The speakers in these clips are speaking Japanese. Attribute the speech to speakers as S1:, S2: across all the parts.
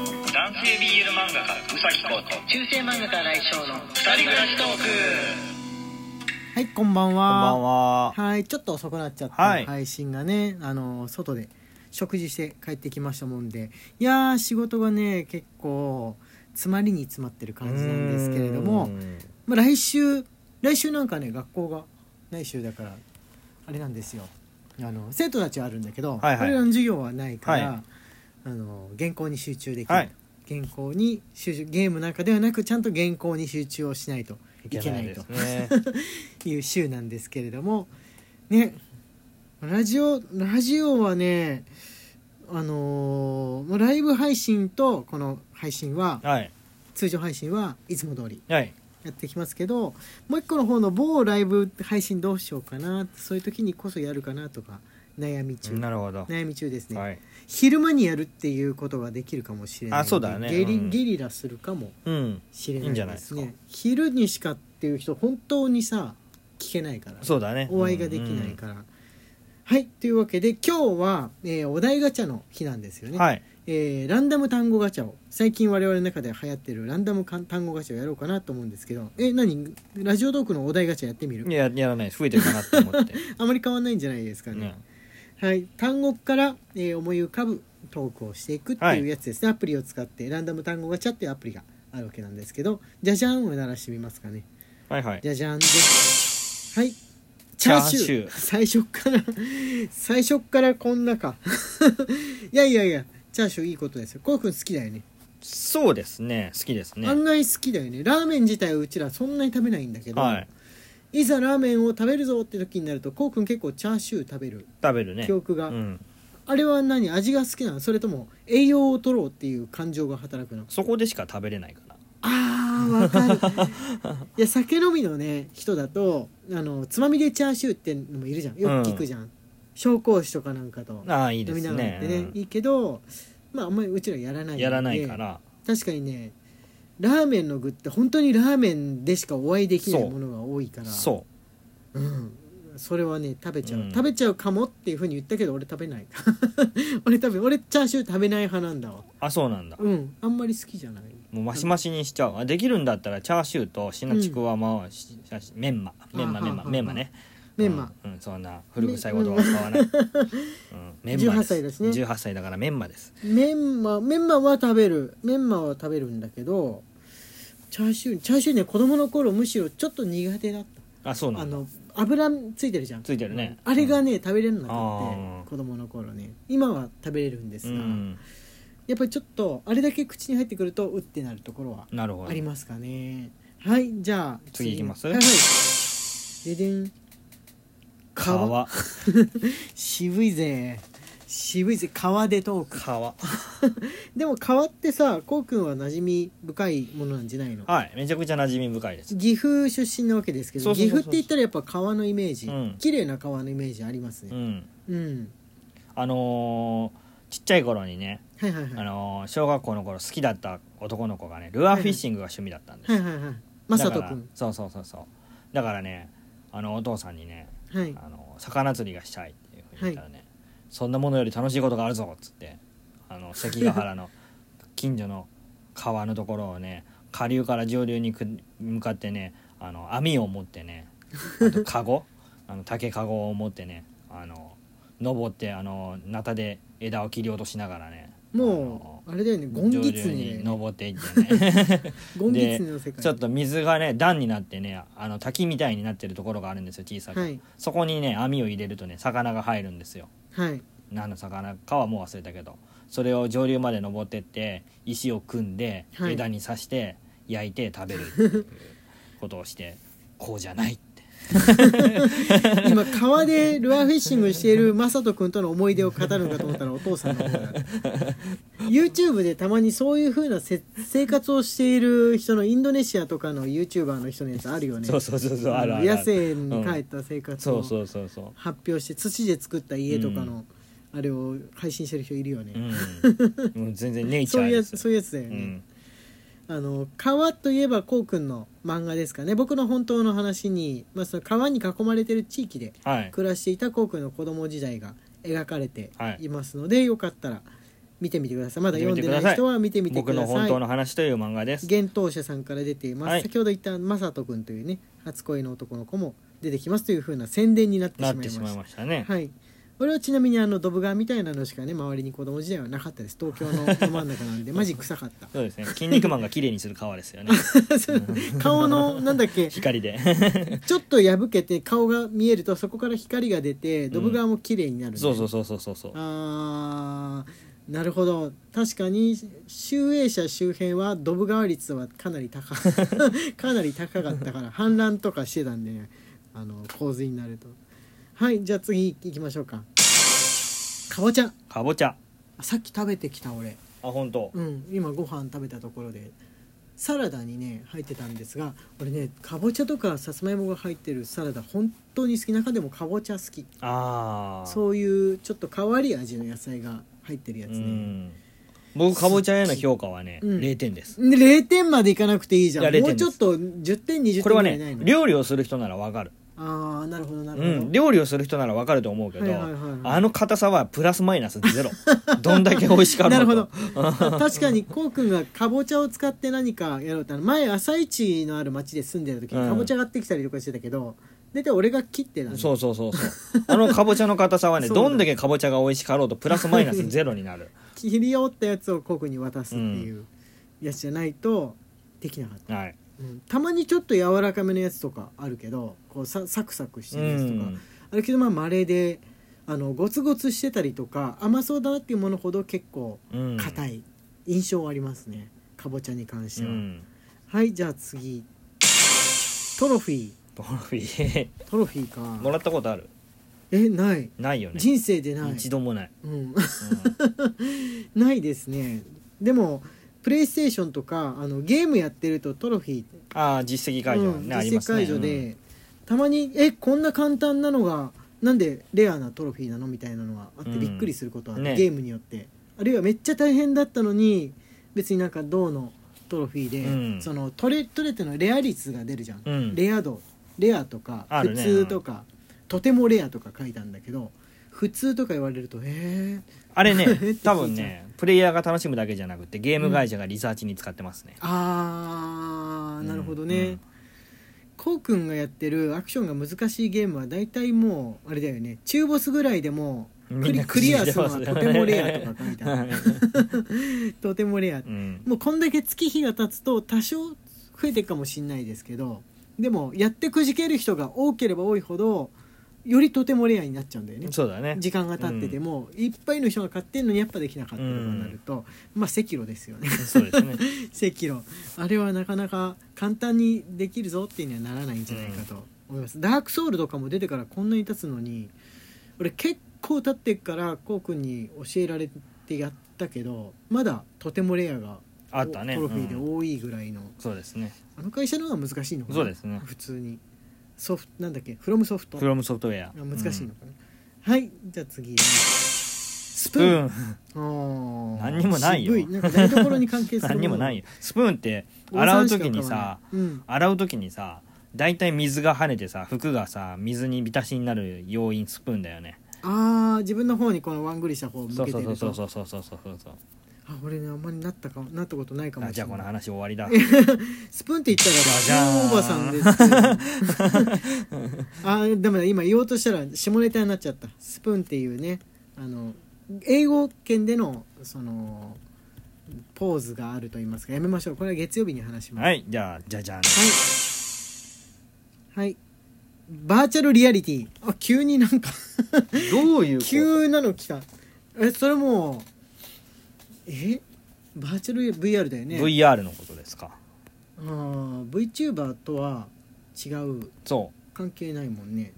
S1: 定 BL 漫画家うさぎこと
S2: 中世漫画家来翔の
S1: 二人暮らしトーク
S2: はいこんばん
S3: こんば
S2: は
S3: んは。
S2: はいちょっと遅くなっちゃった
S3: はい
S2: 配信がね、あの外で食事して帰ってきましたもんでいやー仕事がね結構詰まりに詰まってる感じなんですけれども
S3: うーん
S2: まあ、来週来週なんかね学校が来週だからあれなんですよあの生徒たちはあるんだけど、
S3: はいは
S2: 我
S3: い
S2: 々の授業はないから、
S3: はい
S2: あの原稿に集中できる、
S3: はい
S2: 原稿に集中ゲームなんかではなくちゃんと原稿に集中をしないといけない
S3: です
S2: と
S3: ね。
S2: いう週なんですけれどもねラジオラジオはねあのーライブ配信とこの配信は
S3: はい
S2: 通常配信はいつも通り
S3: はい
S2: やってきますけどもう一個の方の某ライブ配信どうしようかなそういう時にこそやるかなとか悩み中
S3: なるほど。
S2: 悩み中ですね、
S3: はい。
S2: 昼間にやるっていうことができるかもしれない
S3: あそうだね
S2: ゲリ,、
S3: うん
S2: ゲリラするかも
S3: うん。
S2: しれない
S3: いんじゃない
S2: で
S3: ですす
S2: ね
S3: か
S2: 昼にしかっていう人本当にさ聞けないから
S3: そうだね。
S2: お会いができないから、はいというわけで今日は、えーお題ガチャの日なんですよ
S3: うん
S2: ね、
S3: はい。
S2: えーランダム単語ガチャを最近我々の中で流行ってるランダムかん単語ガチャをやろうかなと思うんですけどえ何ラジオトークのお題ガチャやってみる
S3: いややらないです。増えてるかなって思 って。
S2: あまり変わんないんじゃないですか
S3: う
S2: ね
S3: ん、
S2: はい単語から、えー思い浮かぶトークをしていくって
S3: はいいう
S2: やつですね、アプリを使ってランダム単語ガチャっていうアプリがあるわけなんですけどじゃじゃーんを鳴らしてみますかね
S3: はいはい。
S2: じゃじゃーんですはいチャーシュー
S3: チャーシュー
S2: 最初っから 最初っからこんなか いやいやいやチャーシューいいことですよこうくん好きだよね
S3: そうですね。好きですね。
S2: 案外好きだよねラーメン自体はうちらそんなに食べないんだけど、
S3: はい。
S2: い、ざラーメンを食べるぞって時になるとこうくん結構チャーシュー食べる
S3: 食べるね
S2: 記。憶
S3: う
S2: が、
S3: ん。
S2: あれは何味が好きなのそれとも栄養を取ろうっていう感情が働くの
S3: そこでしか食べれないかな。
S2: あーわか るいや酒飲みのね人だとあのつまみでチャーシューってのもいるじゃんよく聞くじゃん、紹興酒とかなんかと
S3: ああいいで
S2: 飲みな
S3: す
S2: がらやっ。
S3: ね
S2: てね
S3: うん
S2: いいけどまああんまりうちらやらないんで
S3: やらないから。
S2: 確かにねラーメンの具って本当にラーメンでしかお会いできないものが多いから、
S3: そう
S2: ん、それはね食べちゃう、
S3: うん
S2: 食べちゃうかもっていうふうに言ったけど俺食べない 俺食べ俺チャーシュー食べない派なんだわ
S3: う。あそうなんだ。
S2: うんあんまり好きじゃない
S3: もうマシマシにしちゃう。あできるんだったらチャーシューとしなちくわまししメンマメンマ
S2: あ
S3: メ
S2: は
S3: ンマ
S2: は
S3: メンマね。
S2: メンマ、
S3: うん、うんそんな古臭い言葉は使わない、うん、メンマ
S2: 18歳ですね
S3: 18歳だからメンマです
S2: メンマメンマは食べるメンマは食べるんだけどチャーシューチャーシューね子供の頃むしろちょっと苦手だった
S3: あそうな
S2: あ
S3: んだ
S2: の油ついてるじゃん
S3: ついてるね
S2: あれがね、食べれるなく
S3: あ
S2: なっ
S3: ー
S2: て子供の頃ね今は食べれるんです
S3: う
S2: が、
S3: ん
S2: やっぱりちょっとあれだけ口に入ってくるとうってなるところは
S3: なるほど
S2: ありますかねはいじゃあ
S3: 次いきます
S2: はいはいででん
S3: 皮
S2: 皮渋いぜ渋いぜ皮でトーク
S3: 皮は
S2: でも皮ってさこうくんは馴染み深いものなんじゃないの
S3: いめちゃくちゃ馴染み深いです
S2: 岐阜出身なわけですけ
S3: そ
S2: ど
S3: うそう
S2: 岐
S3: そうそう
S2: 阜って言ったらやっぱ皮のイメージ、
S3: うん
S2: 綺麗な皮のイメージあります
S3: う
S2: ね
S3: ん
S2: うん
S3: あのーちっちゃい頃にね、
S2: はいはいはい
S3: あのー小学校の頃好きだった男の子がねルアーフィッシングが趣味だったんです、
S2: はいはいはいまさとくん
S3: だからそうそうそうそうだからねあのお父さんにね、
S2: はい
S3: あの魚釣りがしたいっていうふうに言ったらね、そんなものより楽しいことがあるぞっつってあの関ヶ原 の近所の川のところをね下流から上流にく向かってねあの網を持ってねあと籠 あの竹籠を持ってねあの登ってあのナタで枝を切り落としながらね
S2: もうあれだよね
S3: あの
S2: ゴンギ
S3: 上
S2: ツネ
S3: 流に登っていってね
S2: ゴンギツネの世界
S3: ちょっと水がね段になってねあの滝みたいになってるところがあるんですよ小さく、
S2: はい
S3: そこにね網を入れるとね魚が入るんですよ
S2: はい
S3: 何の魚かはもう忘れたけどそれを上流まで登ってって石を組んで
S2: はい
S3: 枝に刺して焼いて食べるっ ていうことをしてこうじゃないって
S2: 今川でルアーフィッシングしているマサト君との思い出を語るのかと思ったらお父さんの方だった YouTube でたまにそういう風なせ生活をしている人のインドネシアとかの YouTuber の人のやつあるよね
S3: そうそうそうそうあるあるあ
S2: 野
S3: る
S2: 生に帰った生活
S3: そ
S2: を
S3: うそうそうそ
S2: 発表して土で作った家とかのあれを配信してる人いるよね、
S3: う、うん、もう全然ネイチ
S2: そう
S3: ャ
S2: い
S3: ー
S2: うや
S3: で
S2: つ
S3: す
S2: そういうやつだよね、
S3: うん
S2: あの川といえばこうくんの漫画ですかね僕の本当の話に、まあ、その川に囲まれてる地域で
S3: はい
S2: 暮らしていたこうくんの子供時代が描かれて
S3: はい
S2: いますので、よかったら見てみてくださいまだ読んでない人は見てみてく
S3: 僕
S2: だ
S3: の
S2: さ
S3: 本
S2: い
S3: 当の話という漫画です
S2: 幻冬舎さんから出ています、
S3: はい
S2: 先ほど言ったマサト君というね初恋の男の子も出てきますというふうな宣伝になってしま
S3: ないっ
S2: ま
S3: て
S2: し
S3: したまいましたね、
S2: はい俺はちなみにあのドブ川みたいなのしかね周りに子供時代はなかったです東京のど真ん中なんでマジ臭かった
S3: そうですね筋肉マンが綺麗にする川です よね
S2: 顔のなんだっけ
S3: 光で
S2: ちょっと破けて顔が見えるとそこから光が出てドブ川も綺麗になる、
S3: そうそうそうそうそうそう
S2: あーなるほど確かに集英社周辺はドブ川率はかなり高 かなり高かったから氾濫とかしてたんであの洪水になるとはいじゃあ次行きましょうかかぼちゃ
S3: かぼちゃ
S2: あさっき食べてきた俺
S3: あ本当、
S2: うん今ご飯食べたところでサラダにね入ってたんですが俺ねかぼちゃとかさつまいもが入ってるサラダ本当に好き中でもかぼちゃ好き
S3: ああ
S2: そういうちょっと変わり味の野菜が入ってるやつ
S3: う
S2: ね、
S3: ん僕かぼちゃへの評価はね、
S2: うん
S3: 0点です
S2: で0点までいかなくていいじゃ
S3: いや
S2: ん
S3: 0
S2: もう
S3: 点で
S2: ち
S3: す
S2: ょっと10点20点
S3: これは
S2: ぐらいない
S3: ね
S2: の、
S3: 料理をする人ならわかる
S2: ああなるほどなる
S3: う
S2: ほど、
S3: ん、料理をする人ならわかると思うけど、
S2: はいはいはいはい
S3: あの硬さはプラスマイナス ゼロどんだけ美味しかろ
S2: な
S3: うと
S2: るほど 確かにこうくんがかぼちゃを使って何かやろうってあの前朝市のある町で住んでた時
S3: う
S2: に
S3: ん
S2: かぼちゃ買ってきたりとかしてたけど大体俺が切ってたんだ
S3: そうそうそうそうあのかぼちゃの硬さはね
S2: そうだ
S3: どんだけかぼちゃが美味しかろうとプラスマイナスゼロになる
S2: 切り折ったやつをコクに渡すっていうやつじゃないとできなかった、
S3: はい、
S2: うんたまにちょっと柔らかめのやつとかあるけどこうさサクサクして
S3: う
S2: るやつとか
S3: ん、
S2: あるけどまあ稀であのゴツゴツしてたりとか甘そうだなっていうものほど結構
S3: うん、
S2: 硬
S3: い、
S2: い印象はありますねかぼちゃに関し
S3: う
S2: ては、
S3: ん、
S2: はいじゃあ次トロフィー
S3: トロフィー
S2: トロフィー
S3: も
S2: から
S3: ったことある
S2: えない
S3: ないよね
S2: 人生でない
S3: 一度 もない、
S2: うん
S3: うん
S2: ないですねでもプレイステーションとかあのゲームやってるとトロフィー
S3: ああ実績解除ね、あり
S2: 実
S3: ま
S2: 績
S3: すね
S2: 解除で、たまにえこんな簡単なのがなんでレアなトロフィーなのみたいなのがあって
S3: うん
S2: びっくりすることはある、
S3: ね
S2: ゲームによってあるいはめっちゃ大変だったのに別になんか銅のトロフィーで、
S3: うん
S2: その取れ取れてのレア率が出るじゃん、
S3: うん
S2: レア度レアとか
S3: あ
S2: 普
S3: るね
S2: 通とか、とてもレアとか書いたんだけど普通とか言われるとえー、
S3: あれね多分ねプレイヤーが楽しむだけじゃなくてゲーム会社がリサーチに使ってますね、
S2: あーなるほどね、
S3: うんうん
S2: こうくんがやってるアクションが難しいゲームは大体もうあれだよね中ボスぐらいでもうク
S3: みん
S2: リ
S3: な
S2: クリアするのは
S3: 口に
S2: と
S3: 入れます
S2: てもレアとか書いてあるとてもレア、
S3: うん
S2: もうこんだけ月日が経つと多少増えてるかもしんないですけどでもやってくじける人が多ければ多いほどよりとてもレアになっちゃうんだよね
S3: そうだね
S2: 時間が経ってても、いっぱいの人が買ってんのにやっぱできなかったとかになると、まあ赤炉ですよね
S3: そうですね
S2: 赤炉あれはなかなか簡単にできるぞっていうにはならないんじゃないかと思います、ダークソウルとかも出てからこんなに経つのに俺結構経ってからこうくんに教えられてやったけどまだとてもレアが
S3: あったね
S2: トロフィーで
S3: うん
S2: 多いぐらいの、
S3: そうですね
S2: あの会社の方が難しいのかな
S3: そうですね
S2: 普通にソフトなんだっけフロムソフト
S3: フロムソフトウェア
S2: あ難しいのかな、はいじゃあ次ス
S3: ス
S2: プ
S3: プ
S2: ーン
S3: ー
S2: あ
S3: ン
S2: ー
S3: 何にもないよ
S2: 渋なんか台所に関係する
S3: 何にもない
S2: よ
S3: よスプーンって洗う時にさ、
S2: うん、
S3: 洗う時にさ大体水が跳ねてさ服がさ水に浸しになる要因スプーンだよね
S2: ああ自分の方にこのワングリした方を向
S3: そう
S2: け
S3: そ
S2: て
S3: う
S2: る
S3: そう
S2: と
S3: そうそうそうそうそうそう
S2: あ俺ねあんまりなったかなったことないかも
S3: あ
S2: し
S3: じゃ
S2: れ
S3: あこ
S2: な
S3: の
S2: い
S3: 話終わ りだ
S2: スプーンって言ったら
S3: じゃ
S2: 塩おば
S3: じ
S2: さん
S3: ゃ
S2: で
S3: ー
S2: すけど あーでもね今言おうとしたら下ネタになっちゃったスプーンっていうねあの英語圏でのそのポーズがあると言いますかやめましょうこれは月曜日に話します
S3: はいじゃあじゃじゃん
S2: はい、はい、バーチャルリアリティあ急になんか
S3: どういう
S2: 急なの来たえそれもうえバーチャル VR だよね、
S3: VR のことですか
S2: あー VTuber とは違う
S3: そ
S2: 関係ないもんね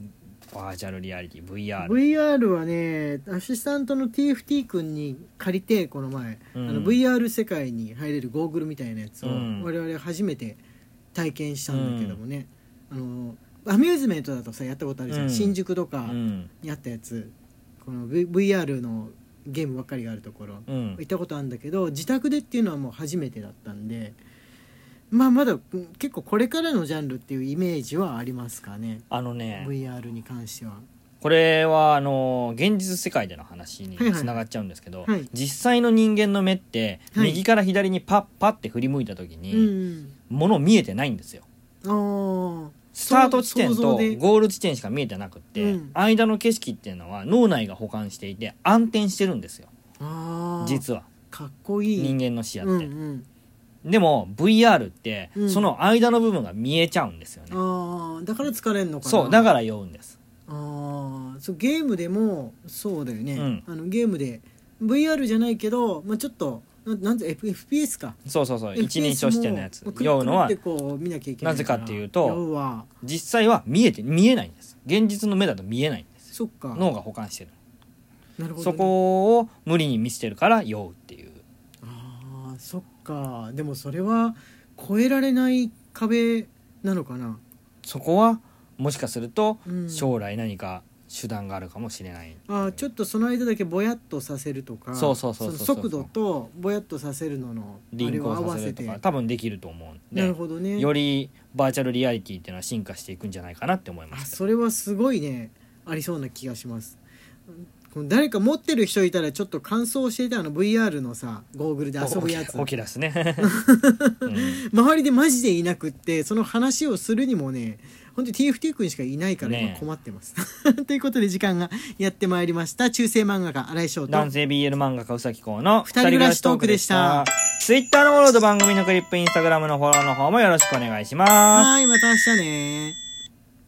S3: うバーチャルリアリティ VR、
S2: VR はねアシスタントの TFT 君に借りてこの前、
S3: うん
S2: あの VR 世界に入れるゴーグルみたいなやつを
S3: うん
S2: 我々初めて体験したんだけどもね、あのアミューズメントだとさやったことあるじゃん、
S3: うん
S2: 新宿と
S3: う
S2: か
S3: ん
S2: にあったやつこの、v、VR のゲームばっかりがあるところ、
S3: うん
S2: 行ったことあるんだけど自宅でっていうのはもう初めてだったんでまあまだうん結構これからのジャンルっていうイメージはありますかね
S3: あのね
S2: VR に関しては
S3: これはあの現実世界での話に
S2: はいはい
S3: つながっちゃうんですけど、
S2: はい
S3: 実際の人間の目って
S2: はい
S3: 右から左にパッパッて振り向いた時
S2: う
S3: に、
S2: ん
S3: もの見えてないんですよ
S2: ああ
S3: スタート地点
S2: 想
S3: と
S2: 像で
S3: ゴール地点しか見えてなくって、
S2: うん
S3: 間の景色っていうのは脳内が保管していて暗転してるんですよ
S2: あー
S3: 実は
S2: かっこいい
S3: 人間の視野って、
S2: うん
S3: でも VR って
S2: うん
S3: その間の部分が見えちゃうんですよね、
S2: うん、ああだから疲れんのかな
S3: そうだから酔うんです
S2: ああそうゲームでもそうだよね、
S3: うん
S2: あのゲームで VR じゃないけど、まあ、ちょっとななんて F- FPS か
S3: そうそうそう
S2: FPS
S3: 一人称視点のやつ
S2: もくる
S3: 酔うのは
S2: くるってこう見なきゃいけないら
S3: なぜかっていうと
S2: 酔うわ
S3: 実際は見えて見えないんです現実の目だと見えないんです
S2: そっか
S3: 脳が保管してる
S2: なるほどね、
S3: そこを無理に見せてるから酔うっていう
S2: あーそっかでもそれは超えられない壁なのかな、
S3: そこはもしかすると
S2: うん、
S3: 将来何か手段があるかもしれない
S2: あーちょっとその間だけぼやっとさせるとか
S3: そうそうそうそうそう
S2: の速度とぼやっとさせるののあ
S3: リ
S2: れ
S3: ンク
S2: を
S3: を
S2: 合
S3: さ
S2: わ
S3: せ
S2: せ
S3: ると
S2: て
S3: か多分できると思うん
S2: なる
S3: で
S2: ほどね
S3: よりバーチャルリアリティっていうのは進化していくんじゃないかなって思いま
S2: あ
S3: す
S2: それはすごいねありそうな気がしますこの誰か持ってる人いたらちょっと感想教えてあの VR のさゴーグルで遊ぶやつ
S3: オキラスね、 うん
S2: 周りでマジでいなくってその話をするにもね本当に TFT 君しかいないから
S3: ね
S2: 今困ってます、 ということで時間がやってまいりました中世漫画家新井翔と
S3: 男性 BL 漫画家うさきこうの
S2: 二人暮らしトークでした
S3: ツイッターのフォローと番組のクリップインスタグラムのフォローの方もよろしくお願いします
S2: はいまた明日ね